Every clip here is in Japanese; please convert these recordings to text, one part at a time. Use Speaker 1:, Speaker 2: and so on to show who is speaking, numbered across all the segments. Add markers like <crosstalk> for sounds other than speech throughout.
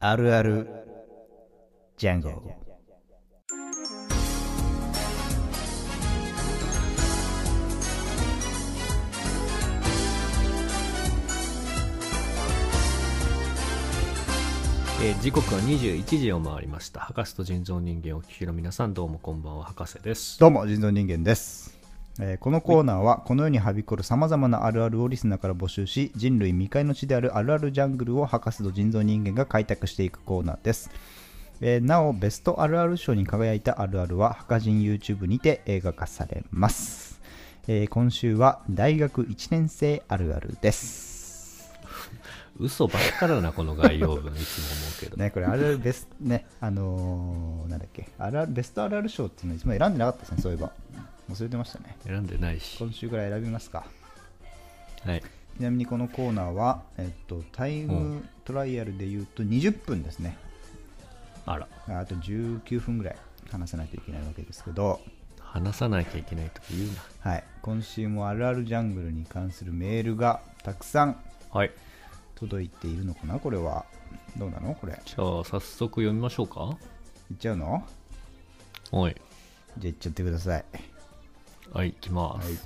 Speaker 1: あるあるジャンゴ
Speaker 2: えー時刻は21時を回りました博士と人造人間をお聞きの皆さんどうもこんばんは博士です
Speaker 1: どうも人造人間です、えーこのコーナーはこの世にはびこるさまざまなあるあるをリスナーから募集し人類未開の地であるあるあるジャングルを博士と人造人間が開拓していくコーナーです、えーなおベストあるある賞に輝いたあるあるは博人 YouTube にて映画化されます、えー今週は大学1年生あるあるです
Speaker 2: 嘘ばっかだなこの概要文いつも思うけど、
Speaker 1: ね、これあるあるベストねあのーなんだっけあるあるベストあるある賞っていうのは一番選んでなかったですねそういえば忘れてましたね
Speaker 2: 選んでないし
Speaker 1: 今週ぐらい選びますか
Speaker 2: はい
Speaker 1: ちなみにこのコーナーは、えっと、タイムトライアルで言うと20分ですね、
Speaker 2: あら
Speaker 1: あと19分ぐらい話さないといけないわけですけど、
Speaker 2: 話さなきゃいけないとか言うな
Speaker 1: はい、今週もあるあるジャングルに関するメールがたくさん
Speaker 2: はい
Speaker 1: 届いているのかなこれはどうなのこれ
Speaker 2: じゃあ早速読みましょうか
Speaker 1: いっちゃうの
Speaker 2: はい
Speaker 1: じゃあいっちゃってください <laughs>
Speaker 2: はい行きます、
Speaker 1: はい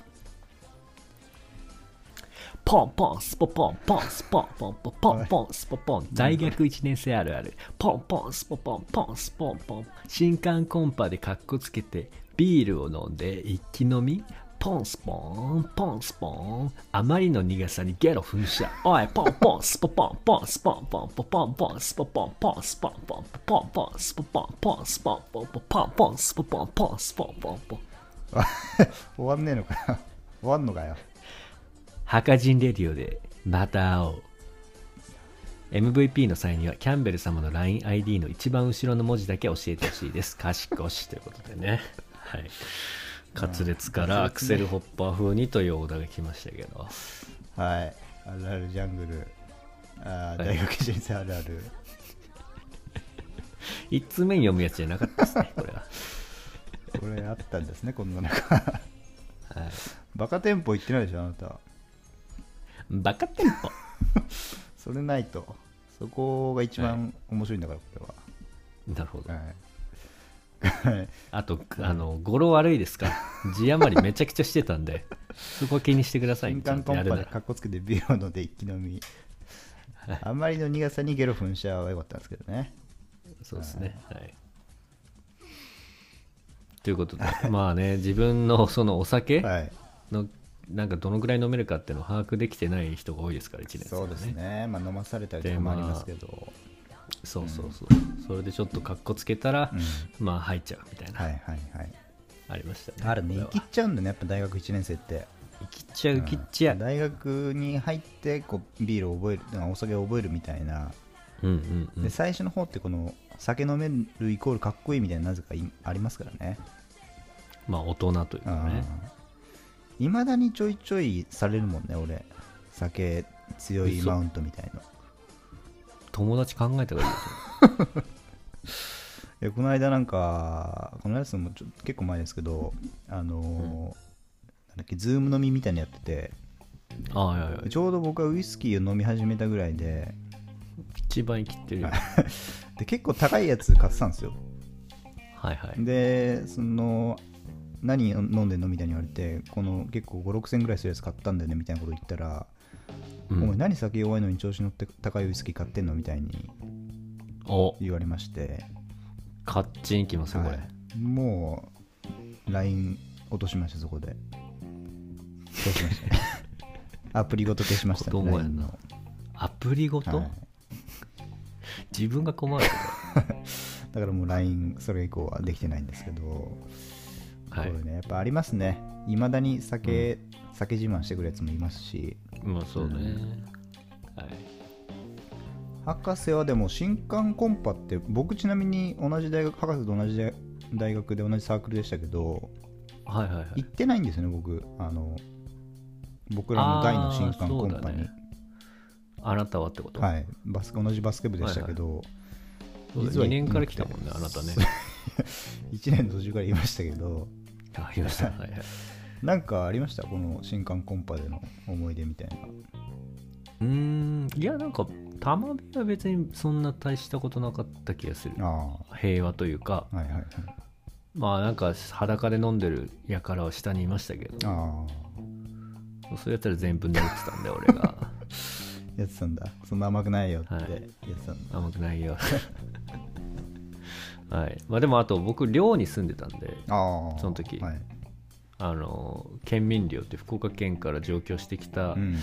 Speaker 2: ポンポンスポポンポンスポンポンポンポンポンスポポン大学1年生あるあるポンポンスポポンポンスポンポン新刊コンパでカッコつけてビールを飲んで一気飲みポンスポンポンスポンあまりの苦さにゲロ噴射おいポンポンスポポンポンスポンポンポンポンポンスポポンポンスポンポンポンポンスポポンポンスポンポンポンポンスポポンポンスポンポンポン
Speaker 1: 終わんねえのかな終わんのかよ
Speaker 2: ハカジンレディオでまた会おう MVP の際にはキャンベル様の LINEID の一番後ろの文字だけ教えてほしいです賢しということでねはい滑舌からアクセルホッパー風にというオーダーが来ましたけど
Speaker 1: はいあるあるジャングルあー大学人生あるある
Speaker 2: 1通目に読むやつじゃなかったですねこれは、
Speaker 1: これあったんです
Speaker 2: <laughs>
Speaker 1: ねこんな中
Speaker 2: はい、
Speaker 1: バカ店舗行ってないでしょあなた
Speaker 2: バカテンポ
Speaker 1: それないとそこが一番面白いんだからこ
Speaker 2: なるほど
Speaker 1: れははい、はい、
Speaker 2: あとあの語呂悪いですか字余りめちゃくちゃしてたんでそこは気にしてください
Speaker 1: <laughs> 新刊コ
Speaker 2: ちゃ
Speaker 1: ン
Speaker 2: ん
Speaker 1: パ
Speaker 2: とやる
Speaker 1: で
Speaker 2: なら
Speaker 1: かっこつけてビールを飲んで一気飲みあんまりの苦さにゲロ噴射は良かったんですけどね
Speaker 2: そうですね。はい。ということで、 <laughs> まあね、自分の <laughs> そのお酒
Speaker 1: はい
Speaker 2: の、なんかどのぐらい飲めるかっていうのを把握できてない人が多いですから、1年生は
Speaker 1: そうです。ねまあ飲まされたりとかもありますけど
Speaker 2: そうそうそう。それでちょっと格好つけたら、まあ入っちゃうみたいな、
Speaker 1: はいはいはい
Speaker 2: ありましたね。
Speaker 1: あるね
Speaker 2: こ
Speaker 1: 生
Speaker 2: は
Speaker 1: きっちゃうんだねやっぱ大学1年生って
Speaker 2: 生きちゃう、生きっちゃう。
Speaker 1: 大学に入ってこうビールを覚えるあお酒を覚えるみたいな
Speaker 2: うんうんうん
Speaker 1: で。最初の方ってこの酒飲めるイコールかっこいいみたいななぜかいありますからね
Speaker 2: まあ大人というかね。
Speaker 1: いまだにちょいちょいされるもんね俺酒強いマウントみたいのい
Speaker 2: 友達考えた方がいいよ
Speaker 1: <laughs> やこの間なんかこの間ですもちょ結構前ですけどあのーなんだっけズーム飲みみたいなのやってて
Speaker 2: ああ、いやいや、
Speaker 1: ちょうど僕はウイスキーを飲み始めたぐらいで
Speaker 2: 一番生きてるよ。
Speaker 1: で結構高いやつ買ってたんですよ
Speaker 2: はいはい。
Speaker 1: でその何飲んでんのみたいに言われてこの結構5 6千円ぐらいするやつ買ったんだよねみたいなこと言ったら、
Speaker 2: う
Speaker 1: お前
Speaker 2: ん、
Speaker 1: 何酒弱いのに調子乗って高いウイスキー買ってんのみたいに
Speaker 2: お
Speaker 1: 言われまして、
Speaker 2: カッチンいきますよ、これ。
Speaker 1: はいもう LINE 落としましたそこで消しましたね
Speaker 2: <laughs>
Speaker 1: アプリごと消しました
Speaker 2: 子供やな
Speaker 1: LINE の
Speaker 2: アプリごと、
Speaker 1: はい
Speaker 2: 自分
Speaker 1: <laughs>
Speaker 2: が困るけど。
Speaker 1: だからもう LINE それ以降はできてないんですけど、
Speaker 2: はい
Speaker 1: これ。ねやっぱありますねいまだに酒、酒自慢してくるやつもいますし
Speaker 2: まあそうね。はい。
Speaker 1: 博士はでも新刊コンパって僕ちなみに同じ大学博士と同じ大大学で同じサークルでしたけど
Speaker 2: はいはいはい。
Speaker 1: 行ってないんですよね僕あの僕らの大の新
Speaker 2: あー
Speaker 1: 刊コン
Speaker 2: そ
Speaker 1: パ
Speaker 2: うだ
Speaker 1: に、
Speaker 2: ねあなたはってこと
Speaker 1: はいバスケ同じバスケ部でしたけど、
Speaker 2: そうだ
Speaker 1: 実は
Speaker 2: 2年から来たもんね、あなた
Speaker 1: <laughs>
Speaker 2: ね。
Speaker 1: 1年途中からいましたけど
Speaker 2: ありました。はいはい。
Speaker 1: なんかありましたこの新刊コンパでの思い出みたいな
Speaker 2: うーん、いや、なんか玉火は別にそんな大したことなかった気がする
Speaker 1: あ
Speaker 2: 平和というか
Speaker 1: あはいはいはい
Speaker 2: まあなんか裸で飲んでる輩は下にいましたけど
Speaker 1: ああ
Speaker 2: それやったら全部飲んでたんで俺が
Speaker 1: やってたんだそんな甘くないよって
Speaker 2: は
Speaker 1: や
Speaker 2: い
Speaker 1: ってたんだ、
Speaker 2: 甘くないよ <laughs> はいまあでもあと僕寮に住んでたんで
Speaker 1: ああ
Speaker 2: その時
Speaker 1: はい、
Speaker 2: あの県民寮って福岡県から上京してきた、
Speaker 1: うん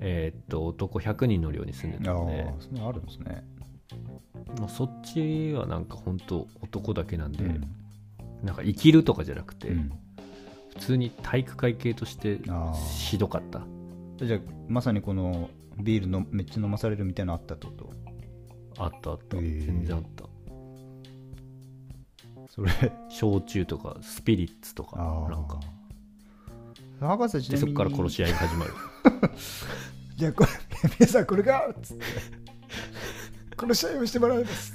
Speaker 2: えーっと男100人の寮に住んで
Speaker 1: あ
Speaker 2: たんで
Speaker 1: あそんなのあるんですね
Speaker 2: もうそっちはなんか本当男だけなんで、
Speaker 1: うん
Speaker 2: なんか生きるとかじゃなくて、
Speaker 1: うん
Speaker 2: 普通に体育会系として
Speaker 1: あー
Speaker 2: しどかった
Speaker 1: じゃあまさにこのビールのめっちゃ飲まされるみたいなのあったってこと
Speaker 2: あったあった
Speaker 1: へー
Speaker 2: 全然あった
Speaker 1: それ
Speaker 2: 焼酎とかスピリッツとか
Speaker 1: ああ
Speaker 2: なんか
Speaker 1: 博士ち
Speaker 2: で
Speaker 1: な
Speaker 2: そ
Speaker 1: み
Speaker 2: こ
Speaker 1: に
Speaker 2: から殺し合いが
Speaker 1: <laughs>
Speaker 2: 始まる
Speaker 1: じゃあこれ皆さんこれがつって殺し合いをしてもらいます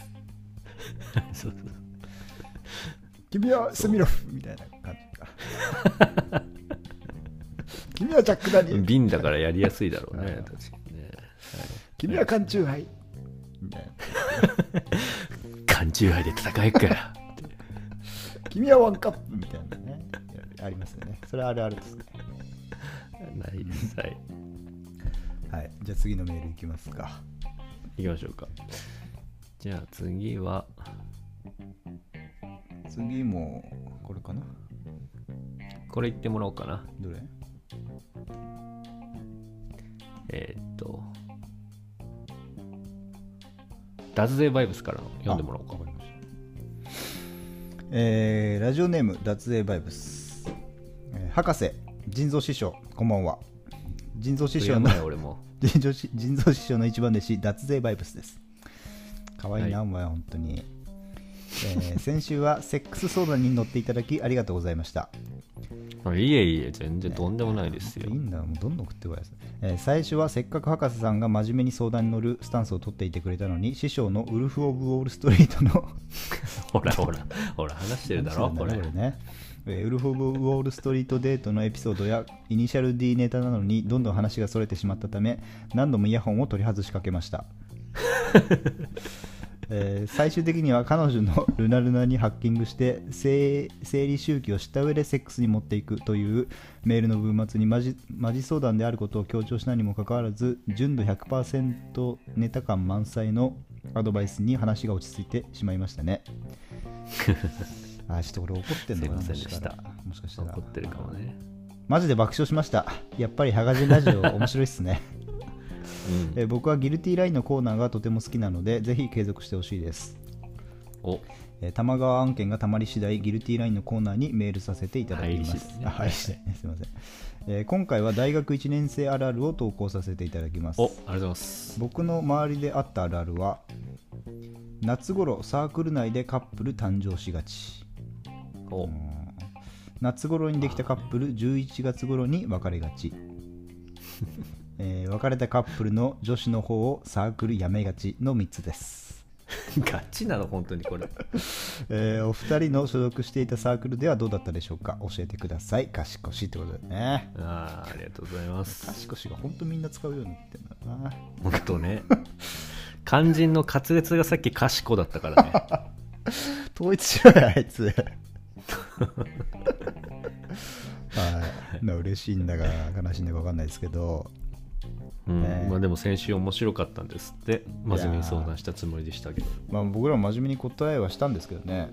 Speaker 2: そうそう
Speaker 1: 君はスミロフみたいな感じか君はジャック・ダニエル
Speaker 2: 瓶だからやりやすいだろうね
Speaker 1: あー
Speaker 2: 確かにね
Speaker 1: 君は缶中杯みたいな
Speaker 2: 缶中杯で戦えっ <laughs> から
Speaker 1: 君はワンカップみたいなねありますよねそれはあるあるですね
Speaker 2: ないですはい
Speaker 1: はいじゃあ次のメールいきますか
Speaker 2: 行きましょうかじゃあ次は
Speaker 1: 次もこれかな
Speaker 2: これ言ってもらおうかな
Speaker 1: どれ
Speaker 2: えーっと、脱税バイブスからの読んでもらおうか。
Speaker 1: かりましたえーラジオネーム脱税バイブス、えー博士腎臓師匠こんばんは腎臓師匠の
Speaker 2: やばい俺も。
Speaker 1: 腎臓師腎臓師匠の一番弟子脱税バイブスですかわいいな、
Speaker 2: は
Speaker 1: お前本当に、えー先週はセックス相談に乗っていただきありがとうございました
Speaker 2: いえいえ、全然とんでもないですよ
Speaker 1: いい。んだもうどんどん食ってこいです、えー最初はせっかく博士さんが真面目に相談に乗るスタンスを取っていてくれたのに師匠のウルフ・オブ・ウォール・ストリートの
Speaker 2: ほらほら、ほら、話してるだろ、これ。
Speaker 1: ねえーウルフ・オブ・ウォール・ストリートデートのエピソードやイニシャル D ネタなのにどんどん話がそれてしまったため何度もイヤホンを取り外しかけました、えー最終的には彼女のルナルナにハッキングして生生理周期を知った上でセックスに持っていくというメールの文末にマジマジ相談であることを強調したにもかかわらず純度100%ネタ感満載のアドバイスに話が落ち着いてしまいました
Speaker 2: <laughs>
Speaker 1: ねあーちょっとこれ怒ってんのかな
Speaker 2: すい
Speaker 1: も
Speaker 2: ません
Speaker 1: し
Speaker 2: でし
Speaker 1: かしたたらもしかしたら
Speaker 2: 残ってるかもね。
Speaker 1: マジで爆笑しましたやっぱりハガジンラジオ面白いっす
Speaker 2: <laughs>
Speaker 1: ね
Speaker 2: うん。
Speaker 1: えー僕はギルティーラインのコーナーがとても好きなのでぜひ継続してほしいです、
Speaker 2: お、
Speaker 1: えー玉川案件がたまり次第ギルティーラインのコーナーにメールさせていただきま
Speaker 2: 入り
Speaker 1: す
Speaker 2: 次第ね
Speaker 1: あ入り次第ねすいません、えー今回は大学1年生あるあるを投稿させていただきます
Speaker 2: お、ありがとうございます。
Speaker 1: 僕の周りであったあるあるは夏頃サークル内でカップル誕生しがち
Speaker 2: お、
Speaker 1: 夏頃にできたカップル11月頃に別れがち、えー別れたカップルの女子の方をサークルやめがちの3つです、
Speaker 2: ガチなの、本当にこれ。
Speaker 1: えーお二人の所属していたサークルではどうだったでしょうか教えてください賢しってことだよね
Speaker 2: あーありがとうございます。
Speaker 1: 賢しが本当みんな使うようになってんだな
Speaker 2: 本当ね。肝心の滑舌がさっき賢だったから
Speaker 1: <laughs>
Speaker 2: ね。
Speaker 1: 統一しろよあいつはいな嬉しいんだか悲しいんだか分かんないですけど
Speaker 2: うん
Speaker 1: ね
Speaker 2: まあでも先週面白かったんですって真面目に相談したつもりでしたけど
Speaker 1: まあ、僕らも真面目に答えはしたんですけどね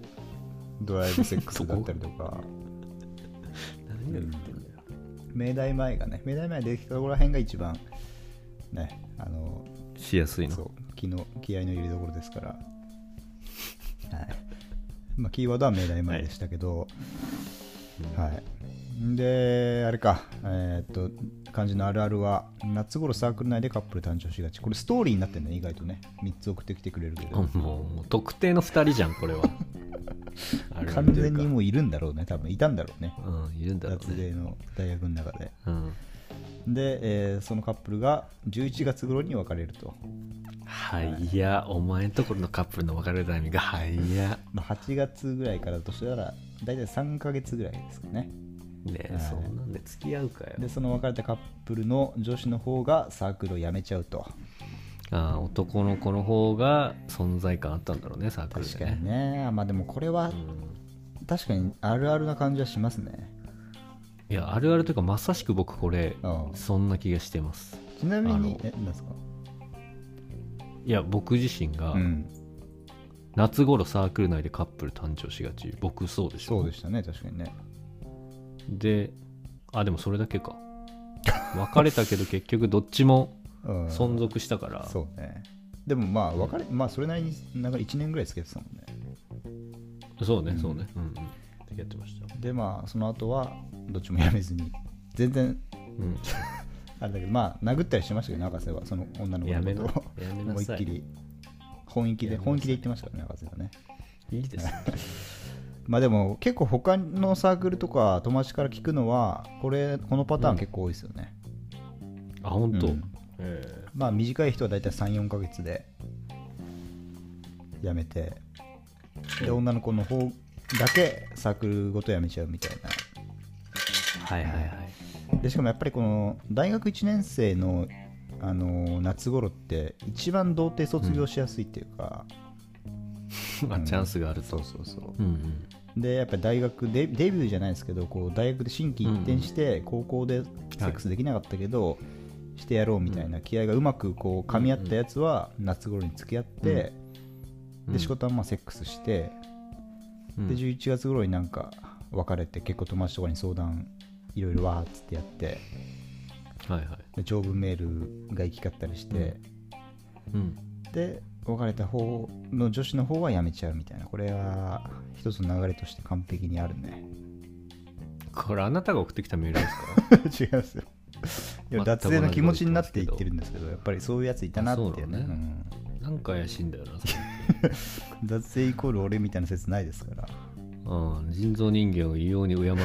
Speaker 1: ドライブセックスだったりとか
Speaker 2: 何を言ってんだよ
Speaker 1: 明大前がね明大前できたところらへんが一番ねあの
Speaker 2: しやすい
Speaker 1: そ
Speaker 2: の
Speaker 1: う気の気合いの入れどころですから、はいまあ、キーワードは明大前でしたけど、はいであれかえーっと漢字のあるあるは夏頃サークル内でカップル誕生しがちこれストーリーになってんだね意外とね3つ送ってきてくれるけど
Speaker 2: もうもう特定の2人じゃんこ
Speaker 1: <laughs>
Speaker 2: れはあれ
Speaker 1: 完全にもういるんだろうね多分いたんだろうね
Speaker 2: うんいるんだろう
Speaker 1: 脱
Speaker 2: ね
Speaker 1: 税の大学の中で
Speaker 2: うん
Speaker 1: で、えーそのカップルが11月頃に別れると、
Speaker 2: はいやお前んところのカップルの別れるタイミングがはいや
Speaker 1: まあ、8月ぐらいからだとしたら大体3ヶ月ぐらいですかね
Speaker 2: ねえ
Speaker 1: はい
Speaker 2: そんなんで付き合うかよ
Speaker 1: でその別れたカップルの女子の方がサークルを辞めちゃうと
Speaker 2: あー男の子の方が存在感あったんだろうねサークル
Speaker 1: 確
Speaker 2: で
Speaker 1: か
Speaker 2: ね
Speaker 1: にねまあでもこれは
Speaker 2: うん
Speaker 1: 確かにあるあるな感じはしますね、
Speaker 2: いやあるあるというかまさしく僕これ
Speaker 1: うん、
Speaker 2: そんな気がしてます
Speaker 1: ちなみ
Speaker 2: あ
Speaker 1: に
Speaker 2: の
Speaker 1: えなんですか
Speaker 2: いや僕自身が
Speaker 1: うん
Speaker 2: 夏頃サークル内でカップル誕生しがち僕そうでし
Speaker 1: そ
Speaker 2: ょ
Speaker 1: うでしたね確かにね
Speaker 2: であでもそれだけか別れたけど結局どっちも
Speaker 1: うん
Speaker 2: 存続したから、
Speaker 1: そうねでもまあ別れ、まあそれなりになんか1年ぐらいつけてたもんね
Speaker 2: そうね
Speaker 1: うん
Speaker 2: そうねうんうんってやってましたよ
Speaker 1: でまあその後はどっちもやめずに全然
Speaker 2: う
Speaker 1: あれだけどまあ殴ったりしてましたけどね博士はその女の
Speaker 2: ん
Speaker 1: 子
Speaker 2: やめ
Speaker 1: の
Speaker 2: な
Speaker 1: ことを
Speaker 2: やめな
Speaker 1: 思い
Speaker 2: さ
Speaker 1: っき
Speaker 2: い
Speaker 1: り本気で
Speaker 2: やめなさい
Speaker 1: 本気で言ってましたからね博士はね
Speaker 2: いいです
Speaker 1: まあでも結構他のサークルとか友達から聞くのはこれこのパターン結構多いですよね、
Speaker 2: あ本当、
Speaker 1: うん
Speaker 2: え
Speaker 1: まあ短い人は大体34ヶ月で辞めてで女の子の方だけサークルごと辞めちゃうみたい
Speaker 2: えはいはいはい
Speaker 1: なでしかもやっぱりこの大学1年生のあの夏頃って一番童貞卒業しやすいっていうか、
Speaker 2: まあチャンスがある
Speaker 1: そ
Speaker 2: と、
Speaker 1: うそうそう
Speaker 2: うんうん、
Speaker 1: でやっぱり大学デデビューじゃないですけどこう大学で心機一転して高校でセックスできなかったけど、してやろうみたいな気合がうまくこう噛み合ったやつは夏頃に付き合って、
Speaker 2: うん
Speaker 1: で仕事はまあセックスして、
Speaker 2: うん
Speaker 1: で11月頃になんか別れて結構友達とかに相談いろいろわーっつってやって
Speaker 2: はいはい、
Speaker 1: で長文メールが行き交ったりして、
Speaker 2: うん、
Speaker 1: で別れた方の女子の方はやめちゃうみたいなこれは一つの流れとして完璧にあるね
Speaker 2: これあなたが送ってきたメールです
Speaker 1: <laughs>
Speaker 2: か
Speaker 1: 違いますよいや
Speaker 2: 全く同じこと言ってます
Speaker 1: 脱
Speaker 2: けど
Speaker 1: 税の気持ちになって言ってるんですけどやっぱりそういうやついたなってい
Speaker 2: あそうう
Speaker 1: ね
Speaker 2: なのね
Speaker 1: うん
Speaker 2: なんか怪しいんだよなそれ
Speaker 1: 脱税イコール俺みたいな説ないですから
Speaker 2: うん、人造人間を異様に敬ってる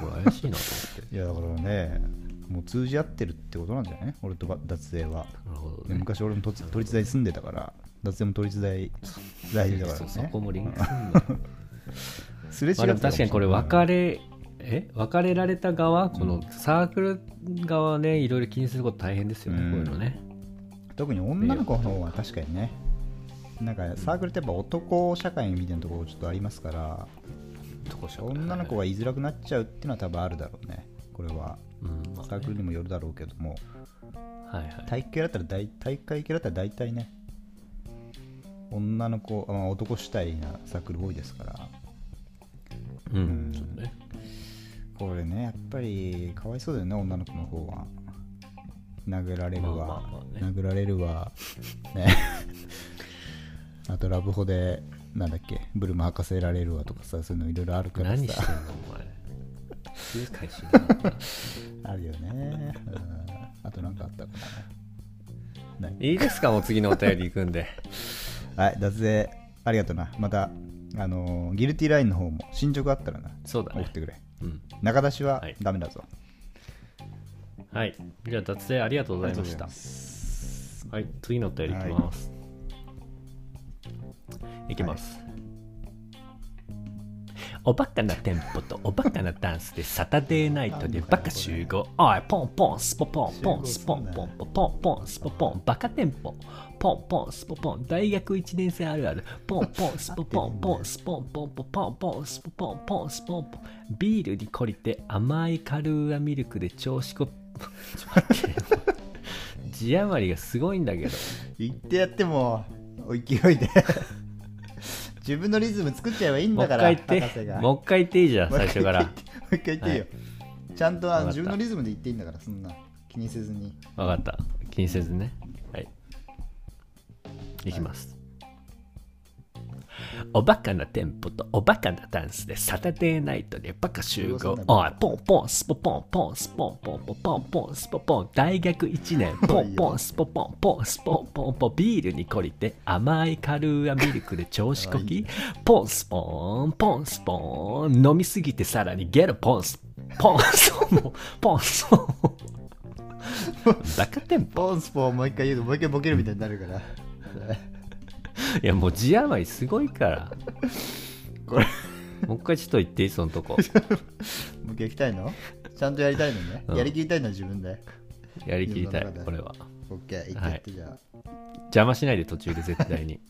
Speaker 2: これ怪しいなと思って
Speaker 1: いやだからねもう通じ合ってるってことなんじゃない俺とば脱税は
Speaker 2: なるほど
Speaker 1: ね
Speaker 2: ね
Speaker 1: 昔俺も都都立大住んでたから脱税も都立大大事だから
Speaker 2: そう
Speaker 1: ね
Speaker 2: そこもリンクするんだ
Speaker 1: すれ違っ
Speaker 2: まあ
Speaker 1: て
Speaker 2: で
Speaker 1: たも
Speaker 2: も
Speaker 1: し
Speaker 2: 確かにこれ別れえ別れられた側このサークル側ねいろいろ気にすること大変ですよね、
Speaker 1: うん
Speaker 2: こういうのね
Speaker 1: 特に女の子の方は確かにねなんかサークルってやっぱ男社会みたいなところちょっとありますから女の子が
Speaker 2: い
Speaker 1: 居づらくなっちゃうっていうのは多分あるだろうねこれは
Speaker 2: うんまあ
Speaker 1: サークルにもよるだろうけども
Speaker 2: はいはい
Speaker 1: 体育系だったら大体育会系だったら大体ね女の子、あまあ、男主体なサークル多いですから
Speaker 2: う
Speaker 1: うん
Speaker 2: んそうね
Speaker 1: これねやっぱりかわいそうだよね女の子の方は殴られるわ、
Speaker 2: まあまあまあね
Speaker 1: 殴られるわね <laughs> あとラブホでなんだっけブルマ吐かせられるわとかさそういうのいろいろあるから
Speaker 2: 何して
Speaker 1: さ
Speaker 2: んのお前気遣いし
Speaker 1: <laughs>
Speaker 2: な
Speaker 1: あるよね、うんあとなんかあったかなない
Speaker 2: いいですかもう次のお便り行くんで
Speaker 1: はい脱税ありがとうなまたあのーギルティラインの方も進捗あったらな
Speaker 2: そうだ
Speaker 1: 送
Speaker 2: ね
Speaker 1: ってくれ
Speaker 2: うん
Speaker 1: 中出しは
Speaker 2: はい
Speaker 1: ダメだぞ、
Speaker 2: はいじゃあ脱税ありがとうございまし
Speaker 1: ありがとうござい
Speaker 2: た
Speaker 1: ます
Speaker 2: はい、次のお便りいきます。い、きます。おバカなテンポとおバカなダンスでサタデーナイトでバカ集合。おい、ポンポン、スポポン、ポン、スポン、ポン、ポン、ポン、ポン、スポポン、バカテンポ。ポンポン、スポポン、大学1年生あるある。ポンポン、スポポン、ポン、スポン、ポン、ポン、ポン、ポン、スポポン、ポン、スポン、ポン。ビールに懲りて甘いカルーアミルクで調子こ、ちょ <laughs> っと待って。字余りがすごいんだけど。
Speaker 1: 言ってやってもお勢いで <laughs> 自分のリズム作っちゃえばいいん
Speaker 2: もう
Speaker 1: だ
Speaker 2: 一
Speaker 1: から
Speaker 2: 回言っ
Speaker 1: 博士
Speaker 2: て、
Speaker 1: が
Speaker 2: もう一回言っていいじゃん、最初か
Speaker 1: も
Speaker 2: ら
Speaker 1: う。一回言っていいよ、ちゃんとあ
Speaker 2: わ
Speaker 1: の
Speaker 2: かった
Speaker 1: 自分のリズムで言っていいんだからそんな気にせずに
Speaker 2: 分かった。気にせずね。はい。いきます。おバカなテンポとおバカなダンスでサタデーナイトでバカ集合おいポンポンスポポンポンスポンポンポンポンポンスポポン大学1年ポンポンスポポンポンスポンポンポンビールに懲りて甘いカルーアミルクで調子こきポンスポンポンスポン飲みすぎてさらにゲロポンスポンソンポンソンバカテンポ
Speaker 1: ポンスポンもう一回言うともう一回ボケるみたいになるから <laughs>
Speaker 2: <laughs> いやもう字余りすごいから
Speaker 1: これ
Speaker 2: もう一回ちょっと言っていいそのとこ
Speaker 1: もう一回やりたいのちゃんとやりたいのね、
Speaker 2: うん
Speaker 1: やりきりたいのは自分で
Speaker 2: やりきりたいこれは
Speaker 1: オッケー言ってやってじゃあ、
Speaker 2: 邪魔しないで途中で絶対に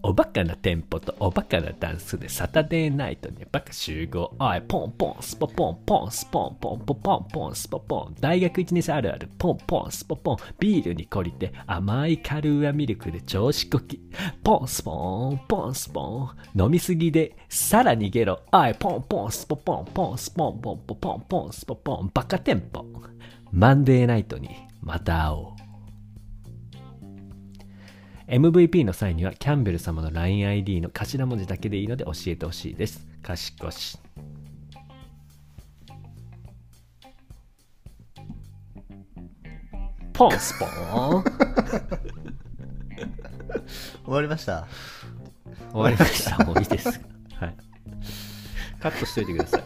Speaker 2: おバカなテンポとおバカなダンスでサタデーナイトにバカ集合おいポンポンスポポンポンスポンポンポポンポンスポポン大学1年生あるあるポンポンスポポンビールに懲りて甘いカルーアミルクで調子こきポンスポンポンスポン飲みすぎでさらにゲロおいポンポンスポポンポンスポンポンポポンポンスポポンバカテンポマンデーナイトにまた会おう MVP の際にはキャンベル様の LINEID の頭文字だけでいいので教えてほしいです。かしこし。ポンスポーン
Speaker 1: 終わりました
Speaker 2: 終わりました。もういいです。はい。カットしといてください。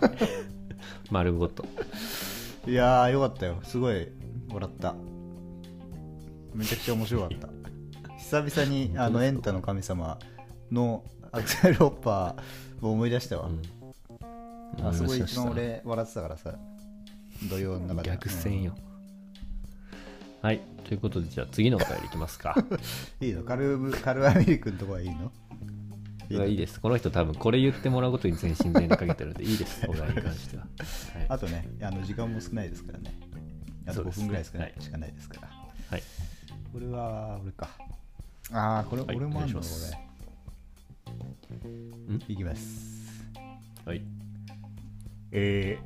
Speaker 2: 丸ごと。
Speaker 1: いやーよかったよすごい笑っためちゃくちゃ面白かった久々にあのエンタの神様のアクセルホッパーを思い出したわ、
Speaker 2: うん
Speaker 1: あそこ
Speaker 2: 思い出し
Speaker 1: 一
Speaker 2: た
Speaker 1: 番俺笑ってたからさ土曜の中で
Speaker 2: 逆線よ。はい。ということで、じゃあ次のお便りいきますか。
Speaker 1: うんいいのカルブカルアミルクのとこはいいのいいの
Speaker 2: いいです。この人多分これ言ってもらうことに全身全霊かけてるんで、い
Speaker 1: <laughs>
Speaker 2: いです。お題に関しては。は
Speaker 1: あとねあの時間も少ないですからねあと
Speaker 2: そう
Speaker 1: 5
Speaker 2: です
Speaker 1: 分
Speaker 2: ね
Speaker 1: ぐらいしかない,、
Speaker 2: はい
Speaker 1: しかないですから
Speaker 2: い。はい、
Speaker 1: これは俺かああこれ、
Speaker 2: はい
Speaker 1: 俺もあるの
Speaker 2: お願
Speaker 1: こ
Speaker 2: いします
Speaker 1: れ
Speaker 2: ん
Speaker 1: いきます
Speaker 2: はい。
Speaker 1: えー、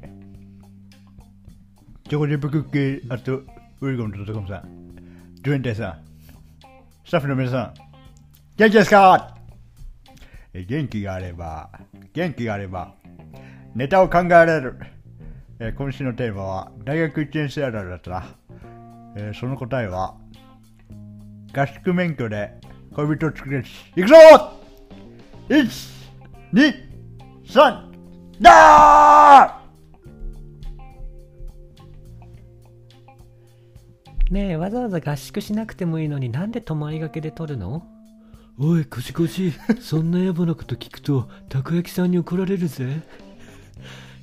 Speaker 1: チョコチップクッキーあとウィゴンドットコムさん、ジュエンテイさん、スタッフの皆さん、元気ですか、えー元気があれば、元気があれば、ネタを考えられる。えー今週のテーマは、大学1年生あるあるだったな。えーその答えは、合宿免許で恋人を作れし、いくぞ1、2、3、だー
Speaker 2: ねえわざわざ合宿しなくてもいいのになんで泊まりがけで取るのおいコシコシそんな野暮なこと聞くとたこ焼きさんに怒られるぜ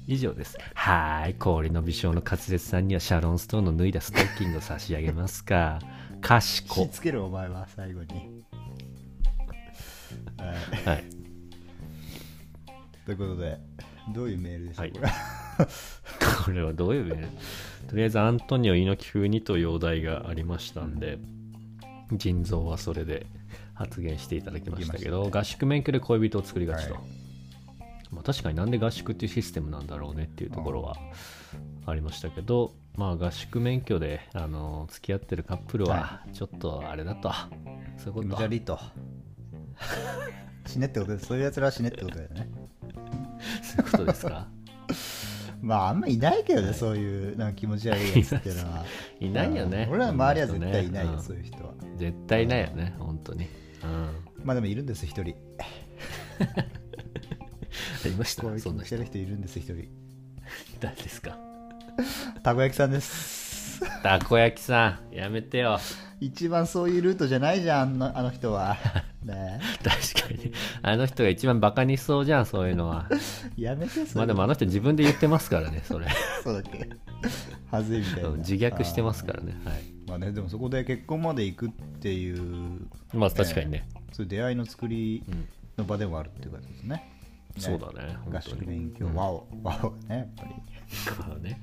Speaker 2: 以上ですはーい氷の微笑の滑舌さんにはシャロンストーンの脱いだストッキングを差し上げますかかし
Speaker 1: 火
Speaker 2: こ
Speaker 1: つけるお前は最後に。はい、
Speaker 2: はい
Speaker 1: ということで、どういうメールでした、
Speaker 2: はい
Speaker 1: これ
Speaker 2: これはどういうメールとりあえずアントニオ猪木風にというお題がありましたんで腎臓はそれで発言していただきましたけど合宿免許で恋人を作りがちと、
Speaker 1: はい
Speaker 2: まあ、確かになんで合宿っていうシステムなんだろうねっていうところはありましたけど、まあ、合宿免許であの付き合ってるカップルはちょっとあれだと、そういうこと
Speaker 1: 無茶りと。死ねってことで、そういうやつらは死ねってことだよね。
Speaker 2: そういうことです
Speaker 1: <laughs>
Speaker 2: か
Speaker 1: まあ、あんまいないけどね、そういうなんか気持ち悪いやつっていうのは。
Speaker 2: <laughs> いないよね
Speaker 1: うん俺らの周りは絶対いないよ、
Speaker 2: うん
Speaker 1: そういう人は。
Speaker 2: 絶対いないよね本当に、う
Speaker 1: まあでもいるんです、一人。
Speaker 2: ん、いまし
Speaker 1: こうい
Speaker 2: た
Speaker 1: う気
Speaker 2: そん
Speaker 1: 持
Speaker 2: な
Speaker 1: ち
Speaker 2: 人
Speaker 1: 悪い人いるんです、一人。
Speaker 2: 誰ですか
Speaker 1: たこ焼きさんです。 <laughs>
Speaker 2: たこ焼きさんやめてよ
Speaker 1: 一番そういうルートじゃないじゃん、あのあの人
Speaker 2: <laughs>
Speaker 1: は。ね
Speaker 2: 確かにあの人が一番バカにしそうじゃんそういうのは
Speaker 1: えやめて、そ
Speaker 2: まあ
Speaker 1: れ
Speaker 2: でもあの人自分で言ってますからねそれ
Speaker 1: そうだっけはずいみたいな
Speaker 2: うん自虐してますからねはい
Speaker 1: まあねでもそこで結婚まで行くっていう
Speaker 2: まあ確かにね、
Speaker 1: そういう出会いの作り
Speaker 2: うん
Speaker 1: の場でもあるっていうことですね、
Speaker 2: そうだね
Speaker 1: 合
Speaker 2: 本当
Speaker 1: 宿
Speaker 2: に
Speaker 1: 勉強和を和をねやっぱり
Speaker 2: まあね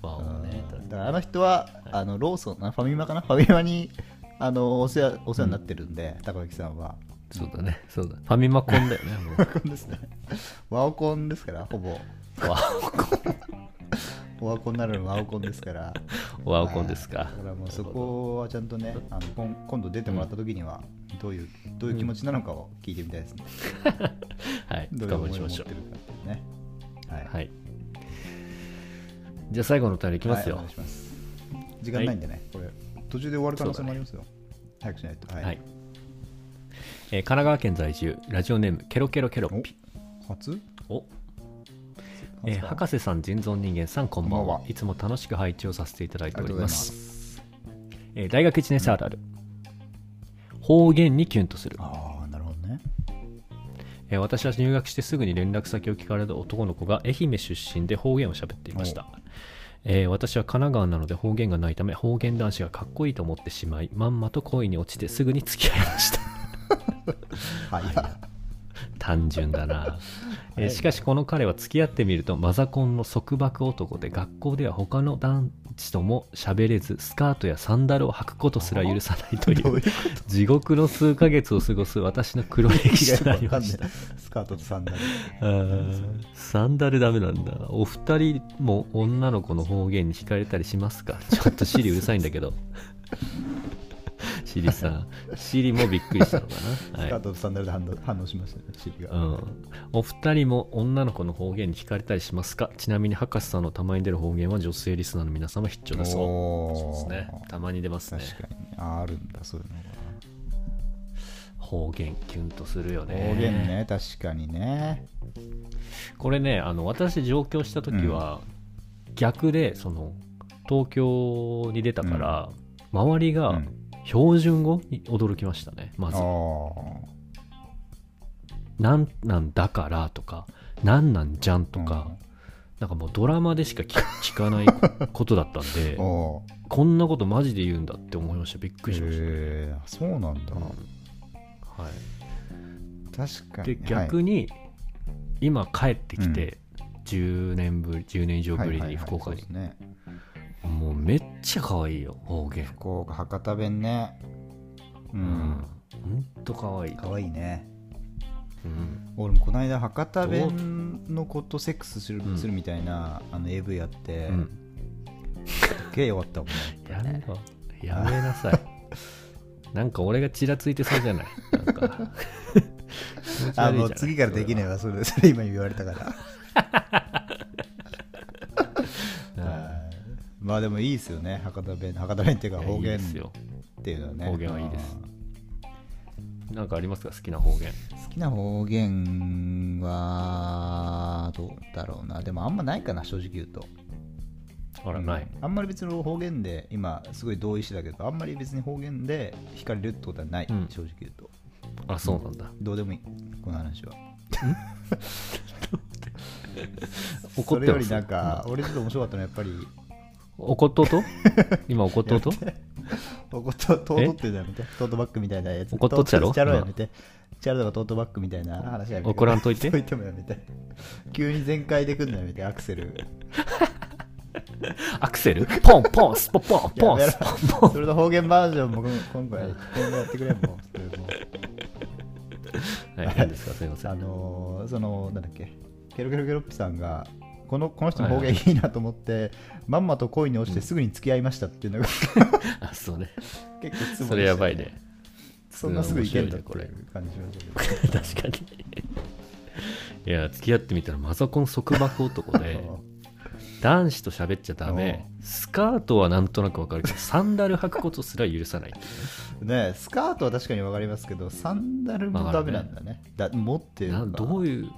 Speaker 2: まあね
Speaker 1: うんだからあの人はあのローソンあファミマかなファミマにあのお世話お世話になってるんで、高木さんは
Speaker 2: そうだねそうだファミマコンだよねもう
Speaker 1: コンですね和オコンですからほぼ
Speaker 2: ワオコン
Speaker 1: オワコンならぬ <laughs> 和オコンですから
Speaker 2: ワオコンです
Speaker 1: だ
Speaker 2: か
Speaker 1: からもうそこはちゃんとねあの今今度出てもらった時にはどういう、どういう気持ちなのかを聞いてみたいですね、
Speaker 2: はい
Speaker 1: どういう
Speaker 2: 深掘
Speaker 1: 思い
Speaker 2: り
Speaker 1: を
Speaker 2: し
Speaker 1: 持って
Speaker 2: まし
Speaker 1: る
Speaker 2: ょう
Speaker 1: かっていうね。はい。、
Speaker 2: はいいじゃあ最後のお便りいきますよ、
Speaker 1: はいお願いします。時間ないんでね、これ、途中で終わる可能性もありますよ。早くしないと。はい。
Speaker 2: はい、えー神奈川県在住ラジオネームケロケロケロッピ
Speaker 1: お初
Speaker 2: おえー博士さん人造人間さんこんばん
Speaker 1: こ
Speaker 2: は
Speaker 1: んばんはい
Speaker 2: つも楽しく配置をさせていただいて
Speaker 1: あり
Speaker 2: お
Speaker 1: がと
Speaker 2: り
Speaker 1: うござい
Speaker 2: ま
Speaker 1: ますす。
Speaker 2: えー大学1年生あるある、方言にキュンとする
Speaker 1: ああ、なるほどね。
Speaker 2: えー私は入学してすぐに連絡先を聞かれた男の子が愛媛出身で方言を喋っていました、えー私は神奈川なので方言がないため方言男子がかっこいいと思ってしまいまんまと恋に落ちてすぐに付き合いました
Speaker 1: はい
Speaker 2: 単純だな、
Speaker 1: <laughs>
Speaker 2: えー
Speaker 1: はい
Speaker 2: しかしこの彼は付き合ってみるとマザコンの束縛男で学校では他の男子とも喋れずスカートやサンダルを履くことすら許さないとい
Speaker 1: どう
Speaker 2: う
Speaker 1: いうこ
Speaker 2: 地獄の数ヶ月を過ごす私の黒歴
Speaker 1: と
Speaker 2: 史
Speaker 1: か
Speaker 2: とな
Speaker 1: よく
Speaker 2: り
Speaker 1: わか
Speaker 2: ま
Speaker 1: んない
Speaker 2: した
Speaker 1: スカートとサンダル
Speaker 2: あーサンダルダメなんだお二人も女の子の方言に惹かれたりします
Speaker 1: <laughs>
Speaker 2: かちょっとシリうるさいんだけどシリさんシリもびっくりしたのかな、は
Speaker 1: ス
Speaker 2: い
Speaker 1: カー、トとサンダルで反応反応しましたねシリ
Speaker 2: う
Speaker 1: が
Speaker 2: ん、お二人も女の子の方言に惹かれたりしますかちなみに博士さんのたまに出る方言は女性リスナーの皆様必聴ですそう
Speaker 1: おー
Speaker 2: ですねたまに出ますね
Speaker 1: 確かにああるんだそういうのが
Speaker 2: 方言キュンとするよね
Speaker 1: 方言ね、確かにね。
Speaker 2: これねあの私上京した時は、逆でその東京に出たから、周り
Speaker 1: う
Speaker 2: が
Speaker 1: ん
Speaker 2: 標準語に驚きましたねま
Speaker 1: あ
Speaker 2: ず
Speaker 1: ー
Speaker 2: 「なんなんだから」とか「なんなんじゃん」とか、なんかもうドラマでしか聞聞かないことだったん
Speaker 1: <laughs>
Speaker 2: で
Speaker 1: うんお
Speaker 2: こんなことマジで言うんだって思いましたびっく
Speaker 1: ー
Speaker 2: りしました、
Speaker 1: へーそうなんだ。
Speaker 2: は
Speaker 1: 確か
Speaker 2: い、
Speaker 1: に。
Speaker 2: で逆に、今帰ってきて、10年ぶり10年以上
Speaker 1: はい
Speaker 2: ぶり
Speaker 1: はいはい
Speaker 2: に福岡
Speaker 1: そう
Speaker 2: に
Speaker 1: ですね。
Speaker 2: もうめっちゃ可愛いよ方言
Speaker 1: 福岡、博多弁ね。う
Speaker 2: うんん。ほんと可愛い
Speaker 1: かわいいね。
Speaker 2: うん
Speaker 1: 俺もこの間、博多弁の子とセックスする
Speaker 2: うん
Speaker 1: するみたいなあの AV やって、
Speaker 2: うん
Speaker 1: すっげえ弱ったもんね。
Speaker 2: やめろやめな
Speaker 1: <laughs>
Speaker 2: さいなんか俺がちらついてそうじゃないなんか気持ち悪いじゃ
Speaker 1: <laughs> あ
Speaker 2: ない
Speaker 1: の次からできないわ、それそれ今言われ
Speaker 2: <laughs>
Speaker 1: たから。
Speaker 2: それは
Speaker 1: はいまあでもいいですよね、博多弁。博多弁っていうか
Speaker 2: うん
Speaker 1: 方
Speaker 2: いや
Speaker 1: 言
Speaker 2: いいです
Speaker 1: っ
Speaker 2: よ
Speaker 1: ていうのはね。
Speaker 2: 方言はいいですなんかありますか好きな方言
Speaker 1: 好きな方言はどうだろうなでもあんまないかな正直言うと
Speaker 2: あらない、
Speaker 1: あんまり別に方言で今すごい同意してたけどあんまり別に方言で惹かれるってことはない、
Speaker 2: うん
Speaker 1: 正直言うと
Speaker 2: あそうなんだ
Speaker 1: どうでもいいこの話は
Speaker 2: 怒
Speaker 1: そ
Speaker 2: っ
Speaker 1: れ
Speaker 2: て
Speaker 1: よ
Speaker 2: ま
Speaker 1: り
Speaker 2: す
Speaker 1: なんか俺ちょっと面白かったのはやっぱり
Speaker 2: 怒っと
Speaker 1: <laughs>
Speaker 2: うと今怒っとうと
Speaker 1: トートートっていうのやめてトートバッグみたいなやつ
Speaker 2: 怒っとっちゃろ
Speaker 1: トートチャロやめて、チャロとかトートバッグみたいな話やめて
Speaker 2: 怒らんとい
Speaker 1: <laughs> そう言
Speaker 2: て
Speaker 1: ってもやめて急に全開で来るのやめてアクセル
Speaker 2: アクセルポンポンスポポンポン
Speaker 1: やめろ
Speaker 2: スポポ
Speaker 1: <laughs>
Speaker 2: ン
Speaker 1: それの方言バージョンも今回今後やってくれもうそれもう
Speaker 2: はい何ですかすいません
Speaker 1: あ
Speaker 2: あ
Speaker 1: のーそのなんだっけケロケロケロッピさんがこのこの人の方言いいなと思って、まんまと恋に落ちてすぐに付き合いましたっていうのが
Speaker 2: そうね
Speaker 1: 結構ツボでしたね
Speaker 2: それやばいね
Speaker 1: そんなすぐいけんだっ
Speaker 2: 面
Speaker 1: て
Speaker 2: 白
Speaker 1: い
Speaker 2: いね
Speaker 1: う感じしましたけど
Speaker 2: 確 <laughs> かにいや付き合ってみたらマザコン束縛
Speaker 1: <laughs>
Speaker 2: 男で男子と喋っちゃダメスカートはなんとなくわかるけどサンダル履くことすら許さない
Speaker 1: ねスカートは確かに分かりますけどサンダルもダメなんだねだ持ってる
Speaker 2: な
Speaker 1: のか
Speaker 2: どういう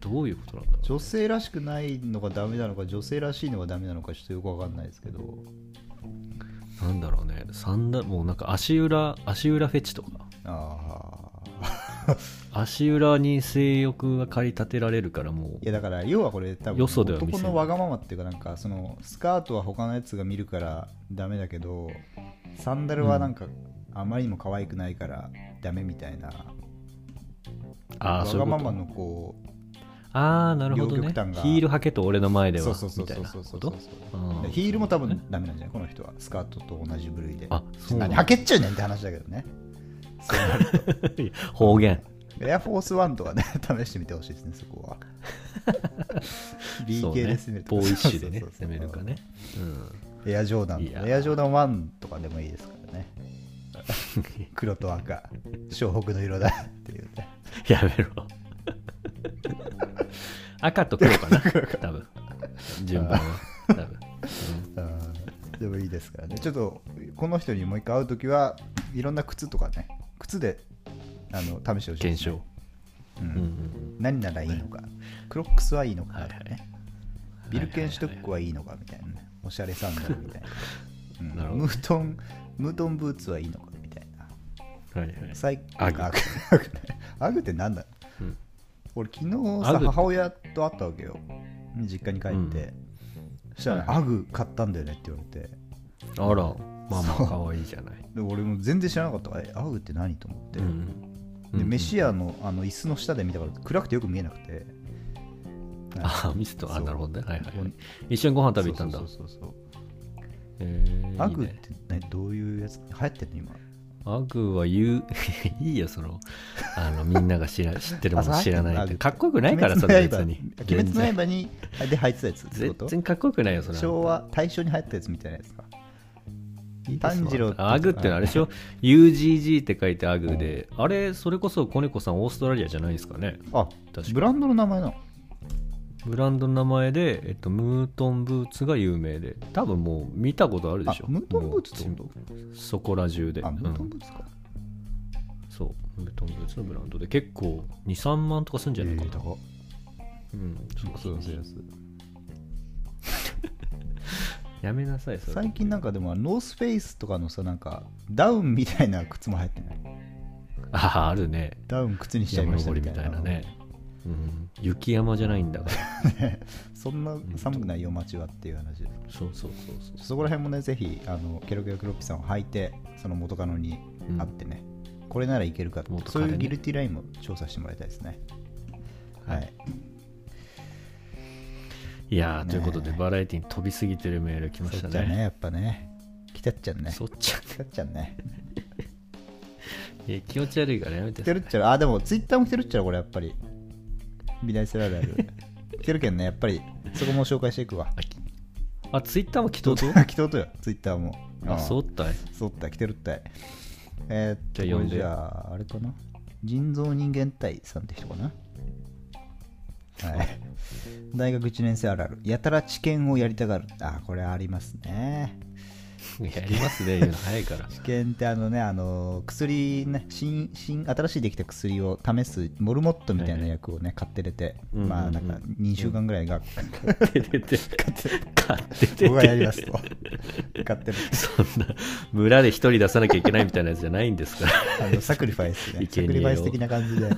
Speaker 2: どういうことなんだろ
Speaker 1: 女性らしくないのがダメなのか女性らしいのがダメなのかちょっとよく分かんないですけど
Speaker 2: うなんだろうねサンダルもうなんか足裏足裏フェチとか
Speaker 1: ああ
Speaker 2: 足裏に性欲が駆り立てられるからも
Speaker 1: いやだから要はこれ多分
Speaker 2: よそでは見せない
Speaker 1: 男のわがままっていうかなんかそのスカートは他のやつが見るからダメだけどサンダルはなんかあまりにも可愛くないからダメみたいな、
Speaker 2: うああ
Speaker 1: わ
Speaker 2: そうい
Speaker 1: が
Speaker 2: うこ
Speaker 1: ま
Speaker 2: と
Speaker 1: まのこ
Speaker 2: ああなるほどね
Speaker 1: 両
Speaker 2: ヒ
Speaker 1: 極端が
Speaker 2: ール履けと俺の前
Speaker 1: う
Speaker 2: では
Speaker 1: そうそうそう
Speaker 2: みた
Speaker 1: そ
Speaker 2: いうな
Speaker 1: そうそ
Speaker 2: こ
Speaker 1: うそう
Speaker 2: とうん
Speaker 1: でヒールも多分ダメなんじゃないこの人はスカートと同じ部類で
Speaker 2: あそうなん
Speaker 1: 何
Speaker 2: だ
Speaker 1: 履けっちゃうねんって話だけどねそうな
Speaker 2: <laughs>
Speaker 1: ると
Speaker 2: 方言
Speaker 1: エアフォースワンとかね試してみてほしいですねそこ
Speaker 2: <laughs>
Speaker 1: は BK で攻める
Speaker 2: そうねボーイッシュでね
Speaker 1: そうそうそう
Speaker 2: 攻めるかね
Speaker 1: エアジョーダン
Speaker 2: い
Speaker 1: と
Speaker 2: や
Speaker 1: か
Speaker 2: ー
Speaker 1: エアジョーダン1とかでもいいですからね。黒と赤、湘北の色だっていうね。
Speaker 2: <laughs> うんやめろ <laughs> 赤と黒か
Speaker 1: <laughs>
Speaker 2: な多分順番は多分
Speaker 1: あーでもいいですからね。ちょっとこの人にもう一回会うときはいろんな靴とかね、靴であの試してほしいで
Speaker 2: 検
Speaker 1: すね、
Speaker 2: 証
Speaker 1: う
Speaker 2: うんうん
Speaker 1: ん
Speaker 2: うん
Speaker 1: 何ならいいのか、クロックスはいいのかとかね、
Speaker 2: はいは
Speaker 1: ビルケンシュトックはいいのかみたいなね、おしゃれサンダルみたいな。うん
Speaker 2: なるほど
Speaker 1: ムートンムートンブーツはいいのかみたいな。
Speaker 2: はいはい
Speaker 1: 最
Speaker 2: アグ
Speaker 1: アグアグアグって何だ
Speaker 2: うん
Speaker 1: 俺昨日
Speaker 2: アグ
Speaker 1: さ
Speaker 2: って
Speaker 1: 母親と会ったわけよ実家に帰って、そしたら、ね、アグ買ったんだよねって言われて
Speaker 2: あらまあまあ可愛いじゃない、
Speaker 1: で俺も全然知らなかったからえアグって何と思って、
Speaker 2: うん、
Speaker 1: で飯
Speaker 2: や
Speaker 1: 屋のあの椅子の下で見たから暗くてよく見えなくて
Speaker 2: あミスとあ
Speaker 1: そう
Speaker 2: なるほどねはいはいはい一緒にご飯食べに行ったんだ
Speaker 1: そうそうそうそう
Speaker 2: えー
Speaker 1: ア
Speaker 2: いい
Speaker 1: グっ
Speaker 2: ね
Speaker 1: て、ね、どういうやつ流行ってんの今
Speaker 2: アグは言う <laughs> いいよそのあのみんなが知
Speaker 1: <laughs>
Speaker 2: ら知ってるもの知らないってかっこよくないから
Speaker 1: 鬼
Speaker 2: さ
Speaker 1: 滅
Speaker 2: 別
Speaker 1: の刃
Speaker 2: に
Speaker 1: 鬼滅
Speaker 2: 全然
Speaker 1: の刃にあで入ってたやつってこ
Speaker 2: 全
Speaker 1: と
Speaker 2: 然かっこよくないよそれ
Speaker 1: 昭和大正に流行ったやつみたいなやつか
Speaker 2: いいですわ
Speaker 1: 炭治郎
Speaker 2: アグってのはあれで
Speaker 1: <laughs>
Speaker 2: しょ UGG って書いてアグであれそれこそコネコさんオーストラリアじゃないですかね
Speaker 1: あ
Speaker 2: 確か
Speaker 1: ブランドの名前なの
Speaker 2: ブランドの名前で、えっと、ムートンブーツが有名で多分もう見たことあるでしょ
Speaker 1: あムートンブーツって
Speaker 2: も
Speaker 1: こ
Speaker 2: うそこら中で
Speaker 1: とあムートンブ
Speaker 2: うん
Speaker 1: ーツか、
Speaker 2: そうムートンブーツのブランドで結構23万とかするんじゃないかな、
Speaker 1: 高っ
Speaker 2: うんそうそうそう
Speaker 1: そう
Speaker 2: やめなさいそれ
Speaker 1: 最近なんかでもノースフェイスとかのさなんかダウンみたいな靴も流行ってない
Speaker 2: <laughs> あああるね
Speaker 1: ダウン靴にしちゃい
Speaker 2: 山
Speaker 1: ました
Speaker 2: 登
Speaker 1: み
Speaker 2: り
Speaker 1: た
Speaker 2: み
Speaker 1: い
Speaker 2: た
Speaker 1: ない
Speaker 2: なね、うん、雪山じゃないんだから
Speaker 1: そんな寒くないよ街はっていう話です
Speaker 2: そうそうそうそう
Speaker 1: そこら辺もねぜひあのケロケロケロッピさんを履いてその元カノに
Speaker 2: うん
Speaker 1: 会ってね、これならいけるかって、
Speaker 2: 元カ
Speaker 1: そう
Speaker 2: レね
Speaker 1: いうギルティラインも調査してもらいたいですねはい、
Speaker 2: はいいやー
Speaker 1: ねえ
Speaker 2: ということでバラエティに飛びすぎてるメール来まし
Speaker 1: そ
Speaker 2: た
Speaker 1: っちゃん
Speaker 2: ね
Speaker 1: ねやっぱね来たっちゃんね
Speaker 2: そっちゃ
Speaker 1: 来たっちゃんね
Speaker 2: いや気持ち悪いからやめて
Speaker 1: 来てるっちゃろあでもツイッターも来てるっちゃろこれやっぱり美大生ライ
Speaker 2: <laughs>
Speaker 1: ブ来てるけんねやっぱりそこも紹介していくわ
Speaker 2: あツイッターも来とう
Speaker 1: <laughs>
Speaker 2: と
Speaker 1: 来とうとよツイッターも
Speaker 2: あそう
Speaker 1: う
Speaker 2: ったい
Speaker 1: そうった来てるったいえー、っと
Speaker 2: じゃ
Speaker 1: こ
Speaker 2: あ呼ん
Speaker 1: れ
Speaker 2: で
Speaker 1: じゃああれかな人造人間隊さんって人かなはい大学1年生あるあるやたら知見をやりたがるあこれありますね
Speaker 2: <laughs> やりますね言うの早
Speaker 1: <laughs>
Speaker 2: いから
Speaker 1: 試験ってあのねあの薬ね新新新しいできた薬を試すモルモットみたいな薬をね買って出て、
Speaker 2: うんうんうん
Speaker 1: まあなんか2週間ぐら
Speaker 2: <laughs>
Speaker 1: いが、
Speaker 2: 出てて買ってて
Speaker 1: 僕がやりますと買ってる
Speaker 2: そんな村で一人出さなきゃいけないみたいなやつじゃないんですから
Speaker 1: あのサクリファイスねサ
Speaker 2: <laughs> 生贄を
Speaker 1: クリファイス的な感じで買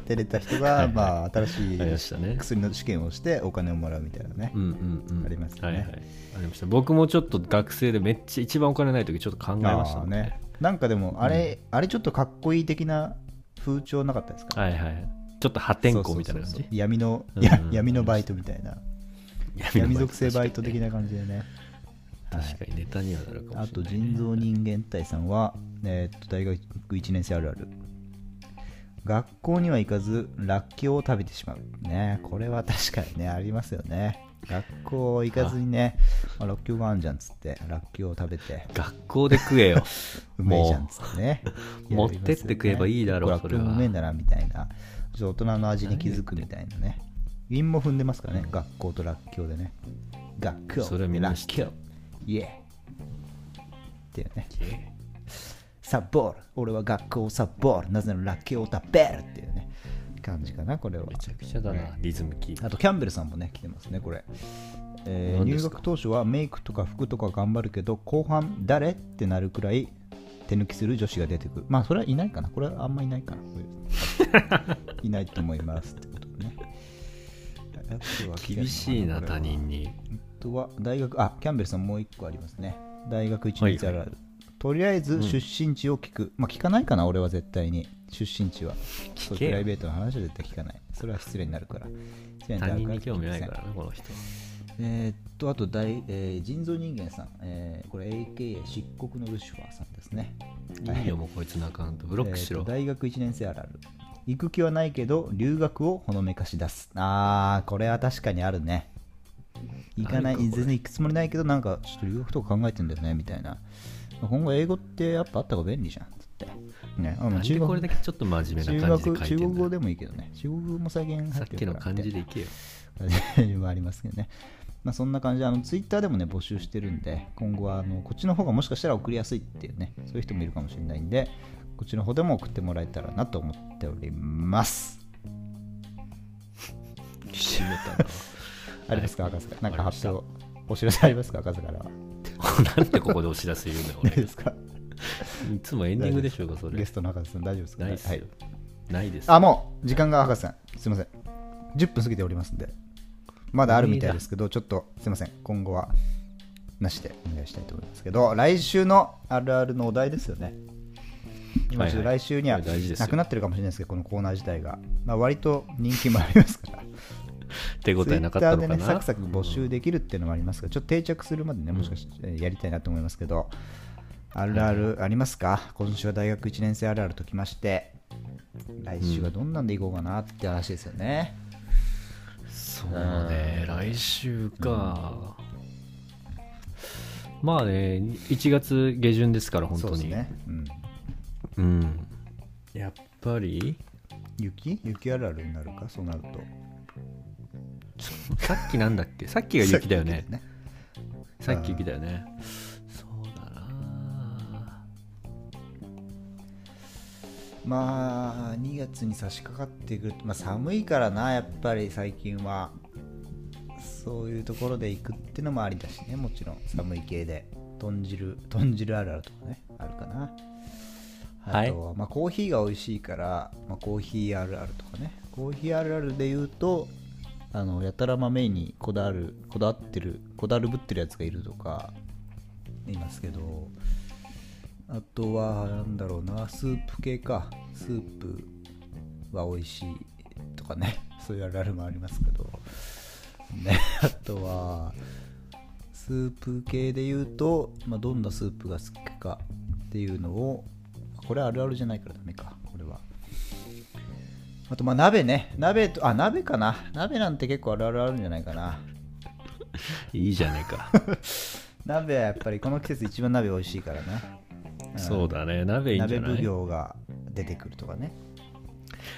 Speaker 1: って出た人が、まあ、新し
Speaker 2: ありました
Speaker 1: い
Speaker 2: ね
Speaker 1: 薬の試験をしてお金をもらうみたいなね、
Speaker 2: うんうんうん
Speaker 1: ありますね
Speaker 2: はいはいありました僕もちょっと学生でめっちゃ一番お金ない時ちょっと考えました
Speaker 1: あ
Speaker 2: も
Speaker 1: ー
Speaker 2: んね
Speaker 1: ねなんかでもあれ、あれちょっとかっこいい的な風潮なかったですか、
Speaker 2: はいはいちょっと破天荒みたいな感
Speaker 1: そうそうそ
Speaker 2: じ
Speaker 1: う闇の、
Speaker 2: うんうん
Speaker 1: や闇のバイトみたいな闇
Speaker 2: の
Speaker 1: 属性バイト的な感じでね。はい
Speaker 2: 確かにネタにはなるかも
Speaker 1: あ
Speaker 2: しれ
Speaker 1: と、
Speaker 2: ないね
Speaker 1: 人造人間隊さんは、えーっと大学1年生あるある。学校には行かず、らっきょうを食べてしまう。ね、これは確かにね、ありますよね。学校行かずにね、あらっきょうがあんじゃんっつって、らっきょうを食べて、
Speaker 2: 学校で食
Speaker 1: <laughs>
Speaker 2: えよ
Speaker 1: うめえじゃんっつってね。
Speaker 2: もう持ってって食えばいいだろう
Speaker 1: らっきょうもうめえんだな、みたいな。ちょっと大人の味に気づくみたいなね。韻も踏んでますからね、学校とらっきょうでね。学校、
Speaker 2: それはみん
Speaker 1: ら
Speaker 2: な
Speaker 1: っ
Speaker 2: 知って
Speaker 1: き
Speaker 2: る
Speaker 1: ょう、イエーっていうね。サボる俺は学校をサボるなぜならラッキーを食べるっていうね感じかなこれは
Speaker 2: めちゃくちゃだなリズムキー
Speaker 1: あとキャンベルさんもね来てますねこれ、えー
Speaker 2: 何で
Speaker 1: 入
Speaker 2: すか
Speaker 1: 学当初はメイクとか服とか頑張るけど後半誰ってなるくらい手抜きする女子が出てくるまあそれはいないかなこれはあんまいないかなこういう
Speaker 2: <laughs>
Speaker 1: いないと思いますってことね
Speaker 2: 厳しいな
Speaker 1: これは
Speaker 2: 他人に
Speaker 1: あとは大学あキャンベルさんもう一個ありますね大学1年生あるある、とりあえず出身地を聞く、まあ聞かないかな俺は絶対に出身地はそう
Speaker 2: け
Speaker 1: プ
Speaker 2: よ
Speaker 1: ライベートの話は絶対聞かないそれは失礼になるから失礼
Speaker 2: 他人に
Speaker 1: 聞き
Speaker 2: 興
Speaker 1: ま
Speaker 2: 味
Speaker 1: せん
Speaker 2: ないからねこの人
Speaker 1: えーっとあと大、えー人造人間さん、えーこれ AKA 漆黒のルシファーさんですね
Speaker 2: いいよもうこいつのアカウントブロックし
Speaker 1: えー
Speaker 2: ろ
Speaker 1: っと大学1年生あるある行く気はないけど留学をほのめかし出すあーこれは確かにあるね行かない
Speaker 2: あるかこれ
Speaker 1: 全然行くつもりないけどなんかちょっと留学とか考えてんだよねみたいな今後英語ってやっぱあった方が便利じゃんつってねあま
Speaker 2: な
Speaker 1: あ
Speaker 2: んでこれだけちょっと真面目
Speaker 1: 中
Speaker 2: な感じで
Speaker 1: 学
Speaker 2: 書い
Speaker 1: 中
Speaker 2: て
Speaker 1: 国
Speaker 2: んだ
Speaker 1: 語
Speaker 2: よ
Speaker 1: でもいいけどね中国語も最近入
Speaker 2: さ
Speaker 1: っ
Speaker 2: ってき
Speaker 1: る
Speaker 2: の
Speaker 1: から
Speaker 2: 感
Speaker 1: ね
Speaker 2: じで
Speaker 1: <laughs>
Speaker 2: いけよ
Speaker 1: はありますけどね。まあ、そんな感じで、あのツイッターでもね、募集してるんで、今後はあのこっちの方がもしかしたら送りやすいっていうね、そういう人もいるかもしれないんで、こっちの方でも送ってもらえたらなと思っております。
Speaker 2: 締めたな
Speaker 1: ありますか、赤坂。なんか
Speaker 2: わかりまし
Speaker 1: 発
Speaker 2: た
Speaker 1: 表、お知らせありますか、赤坂からは。
Speaker 2: <laughs> なんでここでお知らせ言うんだよ、
Speaker 1: な
Speaker 2: 俺
Speaker 1: い。ですか。
Speaker 2: いつもエンディングでしょうか、それ
Speaker 1: ゲ。ストの赤坂さん、大丈夫ですか
Speaker 2: ないっす
Speaker 1: は
Speaker 2: よ
Speaker 1: い。。
Speaker 2: ないです。
Speaker 1: あ、もう、時間が赤坂さん、すみません。10分過ぎておりますんで、まだあるみたいですけど、ちょっとすいません、今後はなしでお願いしたいと思いますけど、来週のあるあるのお題ですよね。まあちょっと来週には
Speaker 2: これ大事ですよ
Speaker 1: なくなってるかもしれないですけど、このコーナー自体が、まあ、割と人気もありますから、
Speaker 2: 手応
Speaker 1: ツイ
Speaker 2: えな
Speaker 1: ッ
Speaker 2: か
Speaker 1: タ
Speaker 2: った
Speaker 1: ーで
Speaker 2: のか
Speaker 1: ね、サ
Speaker 2: な
Speaker 1: クサク募集できるっていうのもありますが、ちょっと定着するまでね、もしかしてやりたいなと思いますけど、あるあるありますか今週は大学1年生あるあるときまして、来週はどんなんでいこうかなって話ですよね。
Speaker 2: そうね来週か、まあね1月下旬ですから本
Speaker 1: そう
Speaker 2: 当
Speaker 1: です
Speaker 2: に
Speaker 1: ね。うん、
Speaker 2: うんやっぱり
Speaker 1: 雪雪あるあるになるか、そうなると。
Speaker 2: さっきなんだっけさっきが雪だよね
Speaker 1: 雪ね
Speaker 2: さっき雪だよねそうだな
Speaker 1: まあ、2月に差し掛かってくると、まあ、寒いからな、やっぱり最近は。そういうところで行くってのもありだしね、もちろん寒い系で。豚汁、豚汁あるあるとかね、あるかな。
Speaker 2: はい
Speaker 1: あとは、まあ、コーヒーが美味しいから、まあ、コーヒーあるあるとかね。コーヒーあるあるで言うと、あのやたら豆にこだわる、こだわってる、こだわるぶってるやつがいるとか、いますけど、あとは、なんだろうな、スープ系か。スープは美味しいとかね、 <laughs> そういうあるあるもありますけど。ね、 <laughs> あとは、スープ系で言うと、まあ、どんなスープが好きかっていうのを、これあるあるじゃないからダメか、これは。あと、まあ、鍋ね。鍋と、あ、鍋かな。鍋なんて結構あるあるあるんじゃないかな。
Speaker 2: いいじゃね
Speaker 1: <laughs>
Speaker 2: えか
Speaker 1: 鍋はやっぱりこの季節一番鍋美味しいからね。
Speaker 2: そうだね鍋いいんじ
Speaker 1: 鍋
Speaker 2: ゃな
Speaker 1: 奉
Speaker 2: い
Speaker 1: 行が出てくるとかね。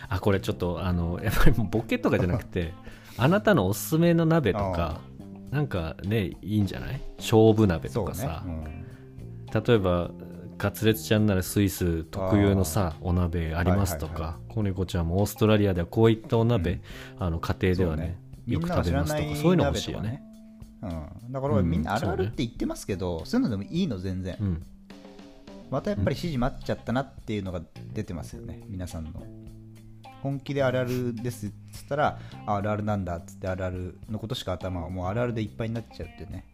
Speaker 2: あこれちょっとあの <laughs> やっぱりもうボケとかじゃな
Speaker 1: <laughs>
Speaker 2: くてあなたのおすすめの鍋とかなんかねいいんじゃない勝負鍋と
Speaker 1: そう
Speaker 2: か
Speaker 1: ね。
Speaker 2: さ、
Speaker 1: うん
Speaker 2: 例えばカツレツちゃんならスイス特有のさお鍋ありますとか、
Speaker 1: はいはい
Speaker 2: コネコちゃんもオーストラリアではこういったお鍋、
Speaker 1: うん
Speaker 2: あの家庭ではね
Speaker 1: み
Speaker 2: よ
Speaker 1: ん
Speaker 2: く
Speaker 1: なが
Speaker 2: 食
Speaker 1: 知
Speaker 2: べ
Speaker 1: ら
Speaker 2: ます
Speaker 1: な
Speaker 2: と
Speaker 1: い
Speaker 2: かそういうの欲
Speaker 1: 鍋
Speaker 2: しい
Speaker 1: と
Speaker 2: よ
Speaker 1: か
Speaker 2: ね
Speaker 1: ね。うん、だから俺
Speaker 2: うん
Speaker 1: みんなあるある
Speaker 2: そう
Speaker 1: っ
Speaker 2: ね
Speaker 1: て言ってますけど、そういうのでもいいの全然、
Speaker 2: うん
Speaker 1: またやっぱり指示待っちゃったなっていうのが出てますよね皆さんの本気であるあるですっつったらああるあるなんだっつってあるあるのことしか頭はもうあるあるでいっぱいになっちゃうっていうね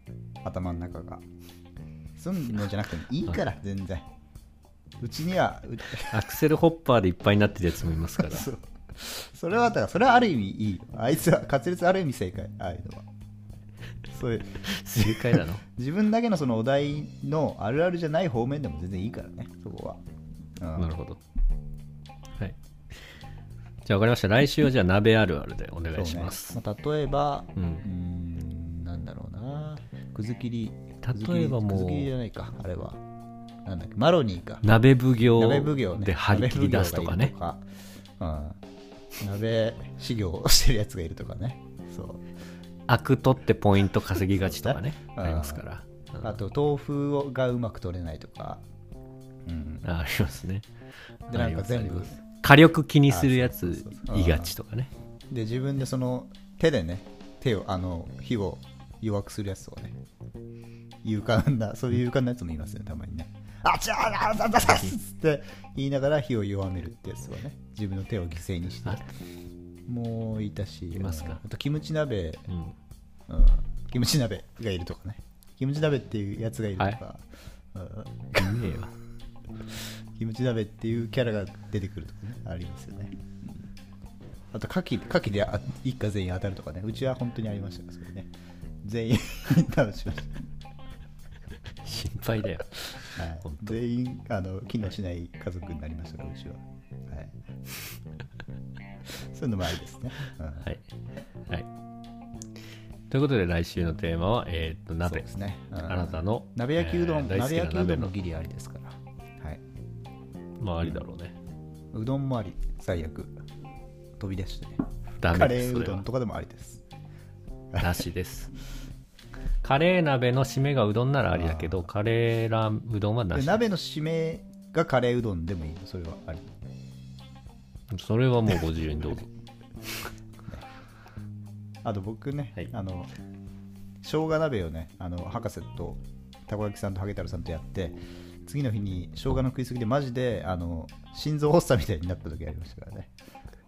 Speaker 1: 頭の中がそういうのじゃなくてもいいから全然うちにはう
Speaker 2: アクセルホッパーでいっぱいになってるやつもいま
Speaker 1: <laughs>
Speaker 2: すから
Speaker 1: そうそれはだからそれはある意味いいよあいつは滑舌ある意味正解ああいうのはそういう
Speaker 2: 正解なの
Speaker 1: 自分だけのそのお題のあるあるじゃない方面でも全然いいからねそこは、うん
Speaker 2: なるほどはいじゃあ分かりました来週はじゃあ鍋あるあるでお願いしま
Speaker 1: そ
Speaker 2: す、
Speaker 1: うねまあ、例えば
Speaker 2: う
Speaker 1: うんーんなんだろうなくず切りくず切り
Speaker 2: 例えばもう
Speaker 1: くず切りじゃないかあれはなんだっけマロニーか
Speaker 2: 鍋奉行
Speaker 1: 鍋奉行ね
Speaker 2: で張り切り出すとかね
Speaker 1: 鍋奉行がいるとかうん、鍋修行をしてるやつがいるとかねそう
Speaker 2: 悪取ってポイント稼ぎがちとかね
Speaker 1: <laughs> うん
Speaker 2: ありますから、うん
Speaker 1: あと豆腐をがうまく取れないとか、うん、
Speaker 2: あありますね
Speaker 1: でなんか全
Speaker 2: あり
Speaker 1: 部
Speaker 2: ます火力気にするや
Speaker 1: あそう
Speaker 2: つ
Speaker 1: そうそうそう
Speaker 2: いがちとかね
Speaker 1: で自分でその手でね手をあの火を弱くするやつをね勇敢なそういう勇敢なやつもいますねたまにねあちゃーあざざざっつって言いながら火を弱めるってやつはね自分の手を犠牲にして
Speaker 2: あ
Speaker 1: もういたし
Speaker 2: いますか
Speaker 1: うんあとキムチ鍋、
Speaker 2: うん
Speaker 1: うん、キムチ鍋がいるとかねキムチ鍋っていうやつがいるとか、うん
Speaker 2: いねえわ
Speaker 1: キムチ鍋っていうキャラが出てくるとかねありますよねあと牡蠣牡蠣であ一家全員当たるとかねうちは本当にありましたよそれね全員倒しまし
Speaker 2: <laughs> 心配だよ
Speaker 1: た、はい、全員あの機能しない家族になりましたからうちは、はい、そういうのもありですね、うん
Speaker 2: はい、はい、ということで来週のテーマは、えーっと
Speaker 1: そう
Speaker 2: 鍋
Speaker 1: ですね、うん
Speaker 2: あなたの
Speaker 1: 鍋焼きうどん、
Speaker 2: えー大好
Speaker 1: 鍋
Speaker 2: きな
Speaker 1: 焼きうど
Speaker 2: 鍋
Speaker 1: んも
Speaker 2: の
Speaker 1: ギリありですから、はい、
Speaker 2: まあありだろうね
Speaker 1: うどんもあり最悪飛び出してね
Speaker 2: ダメ
Speaker 1: カ
Speaker 2: で
Speaker 1: レ
Speaker 2: す
Speaker 1: ー
Speaker 2: そうれ
Speaker 1: ど
Speaker 2: は
Speaker 1: んとかでもありです
Speaker 2: なしですカレー鍋の締めがうどんならありだけどカレーラーうどんはな
Speaker 1: で
Speaker 2: し
Speaker 1: 鍋の締めがカレーうどんでもいいのそれはあり
Speaker 2: それはもうご自由にどうぞ
Speaker 1: あと僕ね、
Speaker 2: はい
Speaker 1: あの生姜鍋をねあの博士とたこ焼きさんとハゲ太郎さんとやって次の日に生姜の食い過ぎでマジであの心臓発作みたいになった時ありましたからね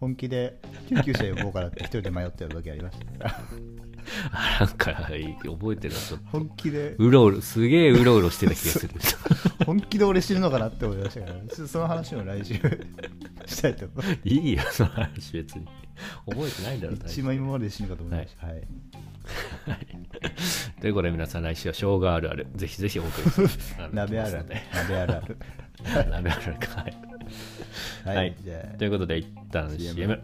Speaker 1: 本気で救急車呼ぼうかなって一人で迷ってる時ありましたから
Speaker 2: <laughs> あなんか覚えてるなちょっと
Speaker 1: 本気で
Speaker 2: うろうろすげえうろうろしてた気が <laughs> する
Speaker 1: 本気で俺死ぬのかなって思いましたから、ちょっとその話も来週したいと思います
Speaker 2: いいよその話別に覚えてないんだろう大
Speaker 1: 一
Speaker 2: 体
Speaker 1: 番今まで死ぬかと思いました、はい
Speaker 2: ということで皆さん来週は生姜あるあるぜひぜひお送り <laughs> して
Speaker 1: 鍋あるある鍋あるある
Speaker 2: <laughs> 鍋あるあるかはい
Speaker 1: <laughs> はい、
Speaker 2: はい
Speaker 1: じゃあ
Speaker 2: ということで一旦
Speaker 1: CM
Speaker 2: CM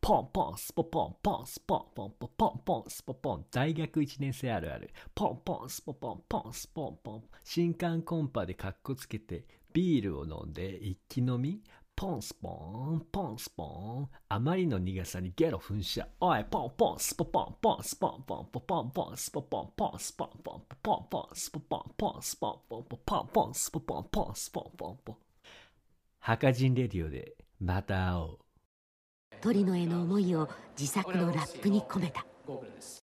Speaker 2: ポンポンスポポンポンスポンポンポンポンポンスポポン大学1年生あるあるポンポンスポポンポンスポンポン新刊コンパでカッコつけてビールを飲んで一気飲みポンスポンポンスポンあまりの苦さにゲロ噴射おいポンポンスポポンポンスポンポンポンポンポンスポポンポンスポンポンポンポンスポポンポンスポンポンポンポンポンスポポンポンスポンポンポンハカジンレディオでまた会おう
Speaker 3: 鳥野への思いを自作のラップに込めた